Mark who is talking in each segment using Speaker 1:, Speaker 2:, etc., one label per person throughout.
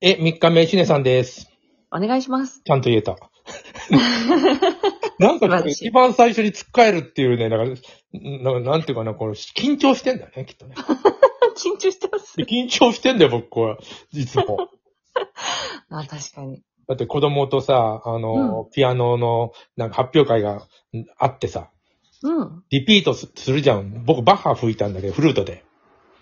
Speaker 1: え、3日目、しねさんです。
Speaker 2: お願い します。
Speaker 1: ちゃんと言え た。なんか、
Speaker 2: 素晴らしい
Speaker 1: 一番最初に突っかえるっていうね、なんか、ななんていうかな、この、緊張してんだよね、きっとね。
Speaker 2: 緊張してます
Speaker 1: で。緊張してんだよ、僕は。いつ も。
Speaker 2: あ、確かに。
Speaker 1: だって子供とさ、あの、ピアノの、なんか発表会がんあってさ、
Speaker 2: うん。
Speaker 1: リピートすするじゃん。僕、バッハ吹いたんだけど、フルートで。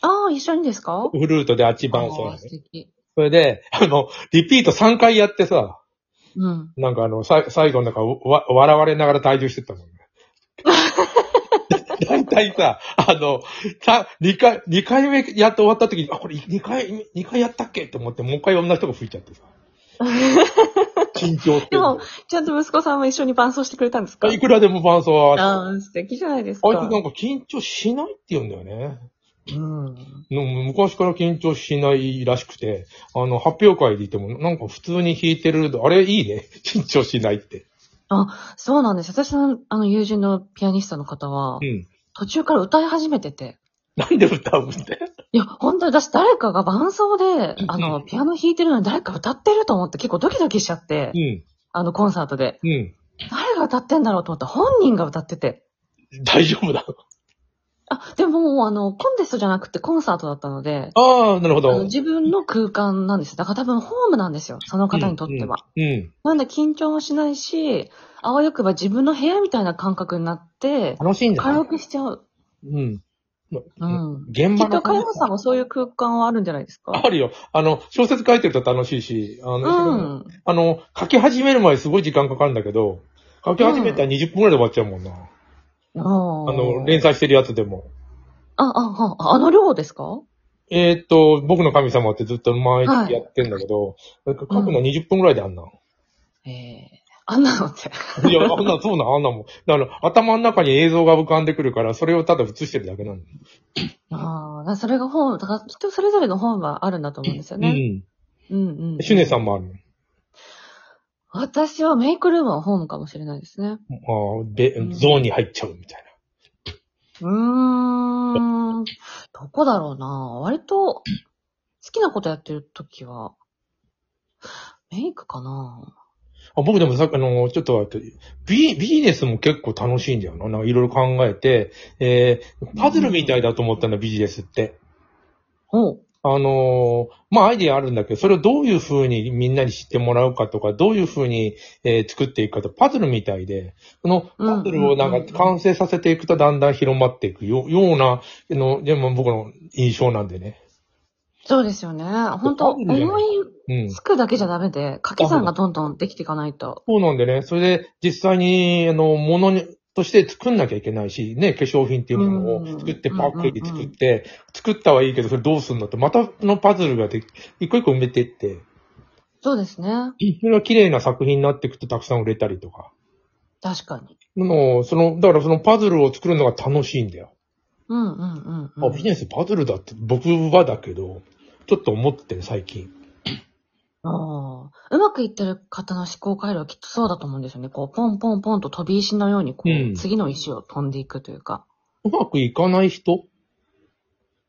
Speaker 2: ああ、一緒にですか
Speaker 1: フルートであっち
Speaker 2: あ
Speaker 1: 伴奏な
Speaker 2: ー
Speaker 1: の
Speaker 2: 素
Speaker 1: ね。
Speaker 2: 敵。
Speaker 1: それで、あの、リピート3回やってさ、
Speaker 2: うん。
Speaker 1: なんかあの、さ最後なんかわ、笑われながら退場してった もんね。だいたいさ、あの、さ、2回、二回目やって終わった時に、あ、これ2回、二回やったっけと思って、もう一回女人が吹いちゃ ってさ。緊張して
Speaker 2: で
Speaker 1: る。
Speaker 2: も、ちゃんと息子さんも一緒に伴奏してくれたんですか
Speaker 1: いくらでも伴奏は合わせて。
Speaker 2: ああ、素敵じゃないですか。
Speaker 1: あいつなんか緊張しないって言うんだよね。
Speaker 2: うん。
Speaker 1: の昔から緊張しないらしくて、あの、発表会でいても、なんか普通に弾いてる、あれいいね。緊張しないって。
Speaker 2: そうなんです。私の、あの、友人のピアニストの方は
Speaker 1: う、ん。
Speaker 2: 途中から歌い始めてて。
Speaker 1: なんで歌うんだよ。
Speaker 2: いや、本当に私誰かが伴奏で
Speaker 1: う、ん
Speaker 2: あの、ピアノ弾いてるのに誰か歌ってると思って結構ドキドキしちゃって
Speaker 1: う、ん。
Speaker 2: あの、コンサートで。
Speaker 1: うん。
Speaker 2: 誰が歌ってんだろうと思ったら本人が歌ってて。
Speaker 1: 大丈夫だ。
Speaker 2: あ、でも、あの、コンテストじゃなくてコンサートだったので、
Speaker 1: ああ、なるほ
Speaker 2: あ
Speaker 1: ど。
Speaker 2: の自分の空間なんです。だから多分ホームなんですよ。その方にとっては。
Speaker 1: うん。
Speaker 2: なんで緊張もしないし、あわよくば自分の部屋みたいな感覚になって、
Speaker 1: 楽しいんだ
Speaker 2: カ
Speaker 1: ね
Speaker 2: ラオケしちゃう。
Speaker 1: うん。
Speaker 2: うん。
Speaker 1: 現
Speaker 2: き
Speaker 1: 場
Speaker 2: っと、
Speaker 1: の
Speaker 2: か山さんもそういう空間はあるんじゃないですか
Speaker 1: あるよ。あの、小説書いてると楽しいし、あの、
Speaker 2: う、ん。
Speaker 1: あの、書き始める前すごい時間かかるんだけど、書き始めたら20分くらいで終わっちゃうもんな。
Speaker 2: あ
Speaker 1: あの、
Speaker 2: の
Speaker 1: 連載してるやつでも。
Speaker 2: あ、あ、あ、あの量ですか
Speaker 1: えーっと、僕の神様ってずっと毎日やってんだけど、なんか書くの20分くらいであ んな。
Speaker 2: ええあんなのって。
Speaker 1: いや、あんな、そうなん、あんなもん。だから、頭の中に映像が浮かんでくるから、それをただ映してるだけなんだよ
Speaker 2: ああ、だからそれがホーム、だからきっとそれぞれのホームはあるんだと思うんですよね。
Speaker 1: ね。
Speaker 2: うん、うん、う。
Speaker 1: うんん。シュネさんもあるの。
Speaker 2: 私はメイクルームはホームかもしれないですね。
Speaker 1: ああ、で
Speaker 2: う、ん
Speaker 1: ゾーンに入っちゃうみたいな。
Speaker 2: うーん。どこだろうな割と、好きなことやってるときは、メイクかな
Speaker 1: あ僕でもさっき、あの、ちょっと待って、ビビジネスも結構楽しいんだよな。なんかいろいろ考えて、えー、パズルみたいだと思ったんだ、ビジネスって。
Speaker 2: おう。
Speaker 1: あのーまあ、アイディアあるんだけど、それをどういうふうにみんなに知ってもらうかとか、どういうふうに、えー作っていくかと、パズルみたいで、そのパズルをなん
Speaker 2: うんうんう
Speaker 1: か
Speaker 2: ん
Speaker 1: 完成させていくとだんだん広まっていくよような、あの、でも僕の印象なんでね。
Speaker 2: そうですよね。本当
Speaker 1: あるんじゃない
Speaker 2: 思い
Speaker 1: うん。
Speaker 2: つくだけじゃダメで、掛け算がどんどんできていかないと。
Speaker 1: そうなんでね、それで実際に、あの、ものに、として作んなきゃいけないし、ね、化粧品っていうものを作って、
Speaker 2: うん
Speaker 1: パックリで作って、作ったはいいけど、それどうすんのって、またのパズルができ、一個一個埋めてって、
Speaker 2: そうですね。
Speaker 1: それが綺麗な作品になっていくとたくさん売れたりとか。
Speaker 2: 確かに。
Speaker 1: の、その、だからそのパズルを作るのが楽しいんだよ。
Speaker 2: うんうんうん、う
Speaker 1: あ、
Speaker 2: ん。
Speaker 1: ビジネスパズルだって、僕はだけど、ちょっと思ってる最近。
Speaker 2: ああうまくいってる方の思考回路はきっとそうだと思うんですよね。こう、ポンポンポンと飛び石のように、こう、
Speaker 1: うん
Speaker 2: 次の石を飛んでいくというか。
Speaker 1: うまくいかない人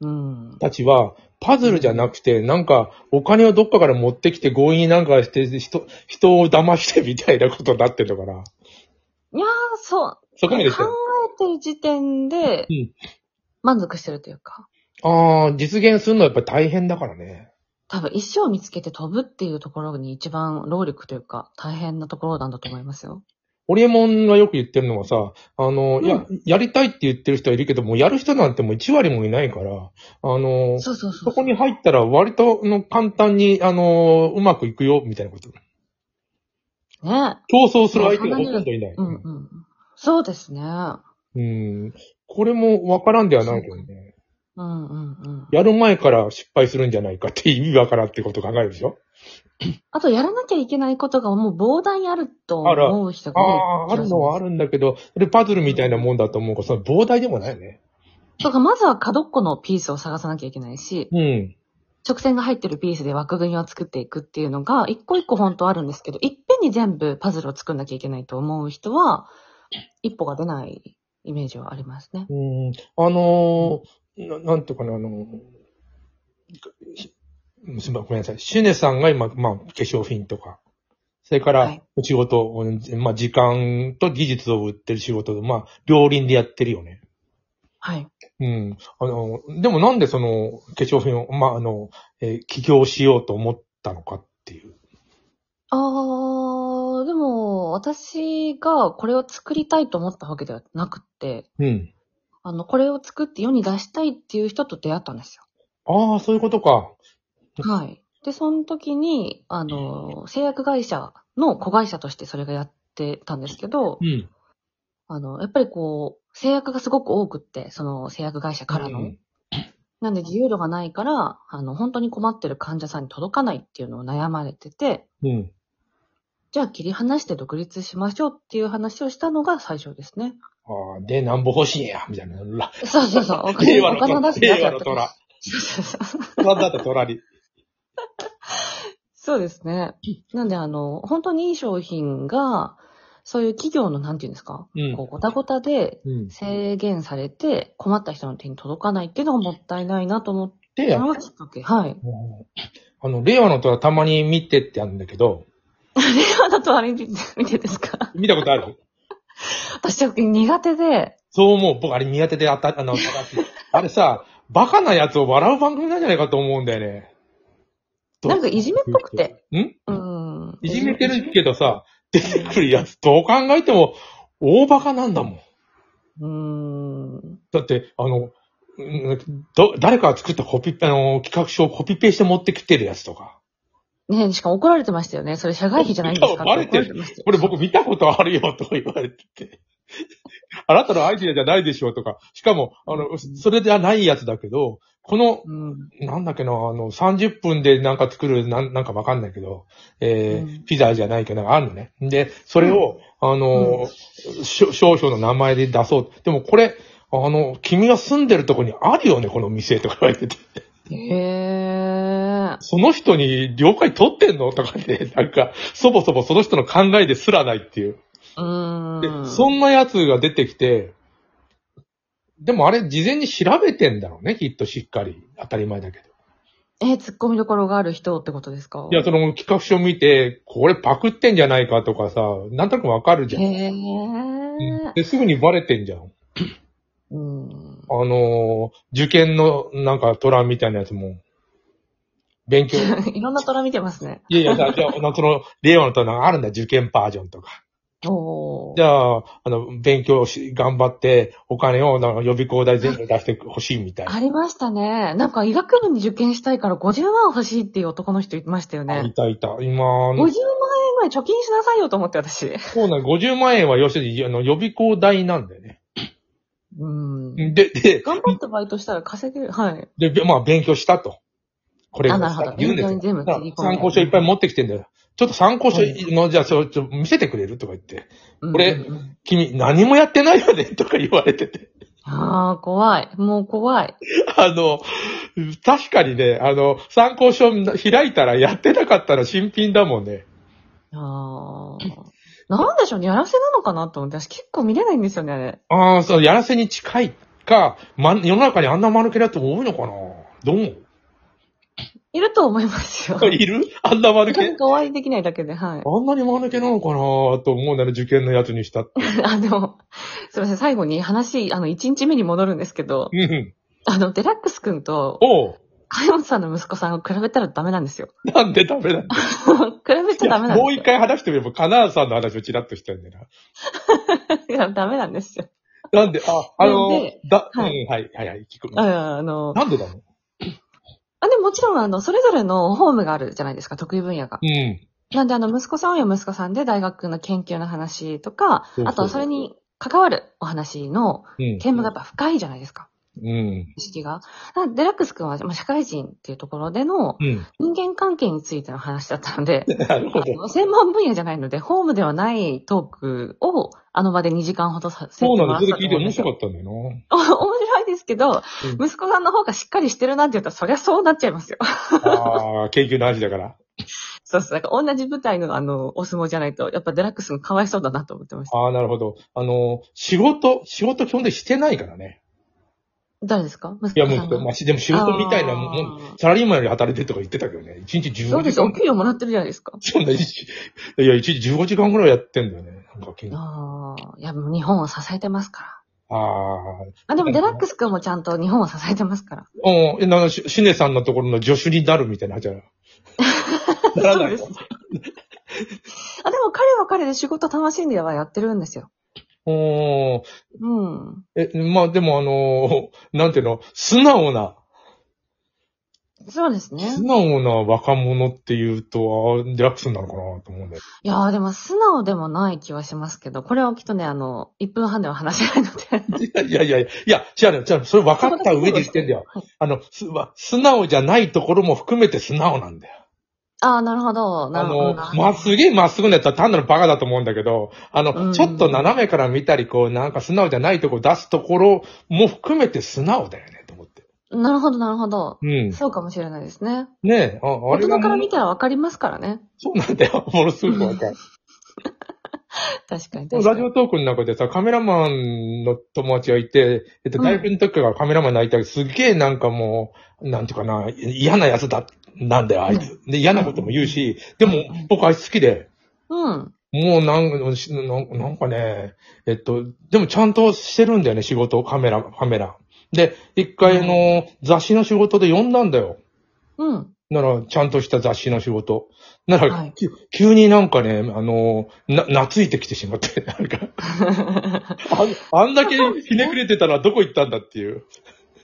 Speaker 2: うん。
Speaker 1: たちは、パズルじゃなくて、なんか、お金をどっかから持ってきて強引になんかして、人、人を騙してみたいなことになってるのかな。
Speaker 2: いやー、そう、
Speaker 1: そこまで言って
Speaker 2: 考えてる時点で
Speaker 1: うん、
Speaker 2: 満足してるというか、
Speaker 1: ああ、実現するのはやっぱり大変だからね。
Speaker 2: 多分一生見つけて飛ぶっていうところに一番労力というか、大変なところなんだと思いますよ。
Speaker 1: ホリエモンがよく言ってるのはさ、あの、
Speaker 2: うん
Speaker 1: いや、やりたいって言ってる人はいるけど、もうやる人なんてもう1割もいないから、あの、
Speaker 2: そうそうそ。
Speaker 1: そうこに入ったら割とあの簡単に、あの、うまくいくよ、みたいなこと。
Speaker 2: ね。
Speaker 1: 競争する相手がほとんどいない。
Speaker 2: うんうん。そうですね。う
Speaker 1: うん。これもわからんではないけどね。
Speaker 2: んうんうん。
Speaker 1: やる前から失敗するんじゃないかって意味わからんってことを考えるでしょ
Speaker 2: あと、やらなきゃいけないことがもう膨大にあると思う人が
Speaker 1: あ
Speaker 2: 多い。
Speaker 1: あ、あるのはあ
Speaker 2: る。
Speaker 1: るんだけど、それパズルみたいなもんだと思うから、その膨大でもないね。
Speaker 2: とか、まずは角っこのピースを探さなきゃいけないし、
Speaker 1: うん。
Speaker 2: 直線が入ってるピースで枠組みを作っていくっていうのが、一個一個本当あるんですけど、いっぺんに全部パズルを作んなきゃいけないと思う人は、一歩が出ないイメージはありますね。
Speaker 1: うん。あのーな、なんとかな、あのーうんすみまごめんなさい。シュネさんが今、まあ、化粧品とか、それか
Speaker 2: は
Speaker 1: ら
Speaker 2: い、
Speaker 1: お仕事を、まあ、時間と技術を売ってる仕事で、まあ、両輪でやってるよね。
Speaker 2: はい。
Speaker 1: うん。あの、でもなんでその、化粧品を、まあ、あの、えー起業しようと思ったのかっていう。
Speaker 2: あー、でも、私がこれを作りたいと思ったわけではなくって、
Speaker 1: うん。
Speaker 2: あの、これを作って世に出したいっていう人と出会ったんです
Speaker 1: ああ、そういうことか。
Speaker 2: よ。はい。で、その時に、あの、製薬会社の子会社としてそれがやってたんですけど、
Speaker 1: ん。
Speaker 2: あの、やっぱりこう、制約がすごく多くって、その製薬会社からの。
Speaker 1: うん
Speaker 2: なんで自由度がないから、あの、本当に困ってる患者さんに届かないっていうのを悩まれてて、
Speaker 1: うん。
Speaker 2: じゃあ切り離して独立しましょうっていう話をしたのが最初ですね。
Speaker 1: ああ、で、なんぼ欲しいんや、みたいな。ら
Speaker 2: そうそうそう。 お金
Speaker 1: 令和
Speaker 2: お
Speaker 1: の虎
Speaker 2: 金出してな
Speaker 1: 令
Speaker 2: か
Speaker 1: 和
Speaker 2: っ
Speaker 1: の
Speaker 2: たから
Speaker 1: 虎。。
Speaker 2: そうそうそう。
Speaker 1: なんだった虎に。
Speaker 2: そうですね。なんであの、本当にいい商品が、そういう企業のなんていうんですか、
Speaker 1: うん
Speaker 2: こう、ごたごたで
Speaker 1: うん。
Speaker 2: 制限されて困った人の手に届かないっていうのがもったいないなと思って、
Speaker 1: で、
Speaker 2: そ
Speaker 1: あ
Speaker 2: れがきっかけ。はい。
Speaker 1: の、令和の虎たまに見てってあるんだけど、
Speaker 2: 今だとあれ見て見てですか
Speaker 1: 見たことある
Speaker 2: 私ちょっと苦手で、
Speaker 1: そう思う。僕、あれ苦手であた、あの、正しいあれさ、バカなやつを笑う番組なんじゃないかと思うんだよね。
Speaker 2: なんかいじめっぽくて。
Speaker 1: ん
Speaker 2: うん。
Speaker 1: いじめてるけどさ、出てくるやつどう考えても大バカなんだもん。
Speaker 2: うん。
Speaker 1: だって、あの、うんど、誰かが作ったコピ、あの、企画書をコピペして持ってきてるやつとか。
Speaker 2: ねえ、しかも怒られてましたよね。それ社外費じゃないんですか
Speaker 1: いやバレてる
Speaker 2: って怒られましたよ
Speaker 1: これ僕見たことあるよとか言われてて。あなたのアイディアじゃないでしょうとか。しかも、あの、それではないやつだけど、この、
Speaker 2: うん。
Speaker 1: なんだっけな、あの、30分でなんか作る、なんなんかわかんないけど、えー
Speaker 2: うん
Speaker 1: ピザじゃないけど、なんかあるのね。で、それを、あの、しょ少々の名前で出そう。でもこれ、あの、君が住んでるとこにあるよね、この店とか言われてて。
Speaker 2: へえ。
Speaker 1: その人に了解取ってんのとかで、 なんか、そもそもその人の考えですらないっていう。で
Speaker 2: うん。
Speaker 1: そんなやつが出てきて、でもあれ、事前に調べてんだろうね、きっとしっかり。当たり前だけど。
Speaker 2: え、突っ込みどころがある人ってことですか
Speaker 1: いや、その企画書見て、これパクってんじゃないかとかさ、なんとなくわかるじゃん。
Speaker 2: へえ。
Speaker 1: うんで、すぐにバレてんじゃん。
Speaker 2: うん。
Speaker 1: あのー受験のなんかトラみたいなやつも、勉強。い
Speaker 2: いろんな虎見てますね。
Speaker 1: やいや、じゃあじゃあ、あのその、令和のトラがあるんだ、受験バージョンとか。
Speaker 2: おー
Speaker 1: じ。ゃあ、あの、勉強し、頑張って、お金を、なんか予備校代全部出してほしいみたいな。
Speaker 2: ありましたね。なんか医学部に受験したいから50万欲しいっていう男の人いましたよ
Speaker 1: あ
Speaker 2: ね
Speaker 1: い。たいた。今、あ
Speaker 2: 50
Speaker 1: の
Speaker 2: 万円ぐらい貯金しなさいよと思って私。
Speaker 1: そうなん、50万円は要するに、あの、予備校代なんだよね。
Speaker 2: うん。
Speaker 1: で、で、
Speaker 2: 頑張ってバイトしたら稼げる。はい。
Speaker 1: で、べまあ、勉強したと。これ
Speaker 2: あなるほど
Speaker 1: 言うんですよ
Speaker 2: 勉強に全部
Speaker 1: だか
Speaker 2: つぎ込ん
Speaker 1: ら
Speaker 2: で
Speaker 1: 参考書いっぱい持ってきてんだよ。ちょっと参考書
Speaker 2: はい
Speaker 1: の、じゃあ、それちょっと見せてくれるとか言って。これ
Speaker 2: うんうんうん
Speaker 1: 君、何もやってないよねとか言われて て。
Speaker 2: ああ、怖い。もう怖い。
Speaker 1: あの、確かにね、あの、参考書開いたらやってなかったら新品だもんね。
Speaker 2: ああ。なんでしょうね。やらせなのかなと思って。私結構見れないんですよね、あれ。
Speaker 1: ああ、そう、やらせに近いか、ま、世の中にあんな間抜けなやつ多いのかなどう思
Speaker 2: いると思います よ。
Speaker 1: ういるあんな間抜 け
Speaker 2: なんかお会いできないだけで、はい。
Speaker 1: あんなに間抜けなのかなと思うなら受験のやつにしたって。
Speaker 2: あの、すいません、最後に話、あの、1日目に戻るんですけど、
Speaker 1: うん。
Speaker 2: あの、デラックス君と、
Speaker 1: おう。
Speaker 2: カヨンさんの息子さんを比べたらダメなんですよ。
Speaker 1: なんでダメだ
Speaker 2: 比べちゃダメなんですよ。
Speaker 1: もう一回話してみれば、カナーさんの話をチラッとしたんだよ
Speaker 2: いやダメなんですよ。
Speaker 1: な。なんで、あ、あの
Speaker 2: なんで、
Speaker 1: だ、うん、
Speaker 2: は
Speaker 1: はい、はい、はい、聞く。
Speaker 2: あ
Speaker 1: な
Speaker 2: あの、
Speaker 1: んでだろう
Speaker 2: あでももちろん、あの、それぞれのホームがあるじゃないですか、得意分野が。
Speaker 1: うん。
Speaker 2: なんで、あの、息子さんは息子さんで大学の研究の話とか
Speaker 1: そうそう、
Speaker 2: あとはそれに関わるお話の
Speaker 1: うん。
Speaker 2: 見聞がやっぱ深いじゃないですか、
Speaker 1: うん。
Speaker 2: 意識が。なんでデラックス君は、まあ、社会人っていうところでの
Speaker 1: うん。
Speaker 2: 人間関係についての話だった ので、
Speaker 1: なるほ
Speaker 2: あ
Speaker 1: ど。
Speaker 2: の専門分野じゃないので、ホームではないトークを、あの場で2時間ほどさせて
Speaker 1: そう
Speaker 2: も
Speaker 1: な
Speaker 2: ら
Speaker 1: ん
Speaker 2: っ
Speaker 1: で
Speaker 2: た
Speaker 1: す。
Speaker 2: と
Speaker 1: それ聞い
Speaker 2: 思
Speaker 1: て
Speaker 2: うんで
Speaker 1: 面
Speaker 2: すよ
Speaker 1: 白かったんだよ
Speaker 2: 面白いですけど、
Speaker 1: う
Speaker 2: 息子さんの方がしっかりしてるなって言ったら、そりゃそうなっちゃいますよ。
Speaker 1: な。ああ、 研究の話だから。
Speaker 2: そうそう。だから同じ舞台のあの、お相撲じゃないと、やっぱデラックスもかわいそうだなと思ってました。
Speaker 1: ああ、なるほど。あの、仕事、仕事基本でしてないからね。
Speaker 2: 誰ですか息
Speaker 1: いや、も
Speaker 2: 子さん
Speaker 1: う、ま
Speaker 2: が。
Speaker 1: あ、でも仕事みたいなもん、
Speaker 2: あー
Speaker 1: サラリーマンより働いてるとか言ってたけどね。1日15時間。
Speaker 2: そうですよ。お給料もらってるじゃないですか。
Speaker 1: そんな、いちいや、1日15時間ぐらいやってんだよね。なんか結構
Speaker 2: ああ、いや、もう日本を支えてますから。
Speaker 1: ああ。
Speaker 2: あ、でもデラックス君もちゃんと日本を支えてますから。
Speaker 1: うん。え、なんか、しシネさんのところの助手になるみたいな、 じゃあ。なら
Speaker 2: そ
Speaker 1: な
Speaker 2: うで
Speaker 1: い
Speaker 2: す。あ、でも彼は彼で仕事楽しんではやってるんですよ。
Speaker 1: うん。
Speaker 2: うん。
Speaker 1: え、まあ、でもあのーなんていうの、素直な、
Speaker 2: そうですね
Speaker 1: 素。直な若者っていうと、ああ、リラックスになるかなと思うんだよ。
Speaker 2: いやーでも素直でもない気はしますけど、これはきっとね、あの、1分半では話せない ので。
Speaker 1: いやいやいや、いや、違うのよ違うの、それ分かった上で言ってんだよ。
Speaker 2: はい。
Speaker 1: あの、す、わ素直じゃないところも含めて素直なんだよ。
Speaker 2: ああ、なるほど。な
Speaker 1: あ
Speaker 2: るほ
Speaker 1: の、
Speaker 2: ど。
Speaker 1: まっすげえまっすぐなやつは単なるバカだと思うんだけど、あ
Speaker 2: う
Speaker 1: の、
Speaker 2: ん
Speaker 1: ちょっと斜めから見たり、こう、なんか素直じゃないとこ出すところも含めて素直だよね、と思って。
Speaker 2: なるほど、なるほど。
Speaker 1: うん。
Speaker 2: そうかもしれないですね。
Speaker 1: ねえ、ああ
Speaker 2: 大
Speaker 1: れ
Speaker 2: 人
Speaker 1: が
Speaker 2: から
Speaker 1: もの
Speaker 2: 見たらわかりますからね。
Speaker 1: そうなんだよ、ものすごくわかる。
Speaker 2: 確かに
Speaker 1: ラ
Speaker 2: 確
Speaker 1: ジ
Speaker 2: か
Speaker 1: オトークの中でさ、カメラマンの友達がいて、えっと、
Speaker 2: うん
Speaker 1: 大学の時からカメラマンになりたい。すっげえなんかもう、なんていうかな、嫌なやつだ、なんだよ、あいつ。で、嫌なことも言うし、でも
Speaker 2: うん、
Speaker 1: 僕あいつ好きで、
Speaker 2: うん。
Speaker 1: もうなんか、しなんなんかね、えっと、でもちゃんとしてるんだよね、仕事、カメラ、カメラ。で、一回あの、雑誌の仕事で呼んだんだよ。
Speaker 2: うん。
Speaker 1: なら、ちゃんとした雑誌の仕事。なら、
Speaker 2: はい
Speaker 1: き急になんかね、あの、な、懐いてきてしまって、 なんか、あんあんだけひねくれてたらどこ行ったんだっていう。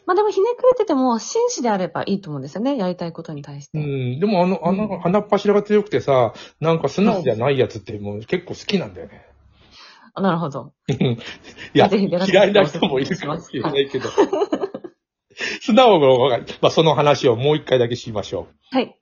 Speaker 2: まあでもひねくれてても、真摯であればいいと思うんですよね。やりたいことに対し
Speaker 1: う
Speaker 2: て。
Speaker 1: ん、でもあの、あ
Speaker 2: うん
Speaker 1: の、鼻っ柱が強くてさ、なんか素直じゃないやつってもう結構好きなんだよね。
Speaker 2: あなるほど。
Speaker 1: いや、
Speaker 2: ぜひデラックス
Speaker 1: 嫌いな人もいるかもしれないけど。 素直が、まあ、その話をもう一回だけしましょう。
Speaker 2: はい。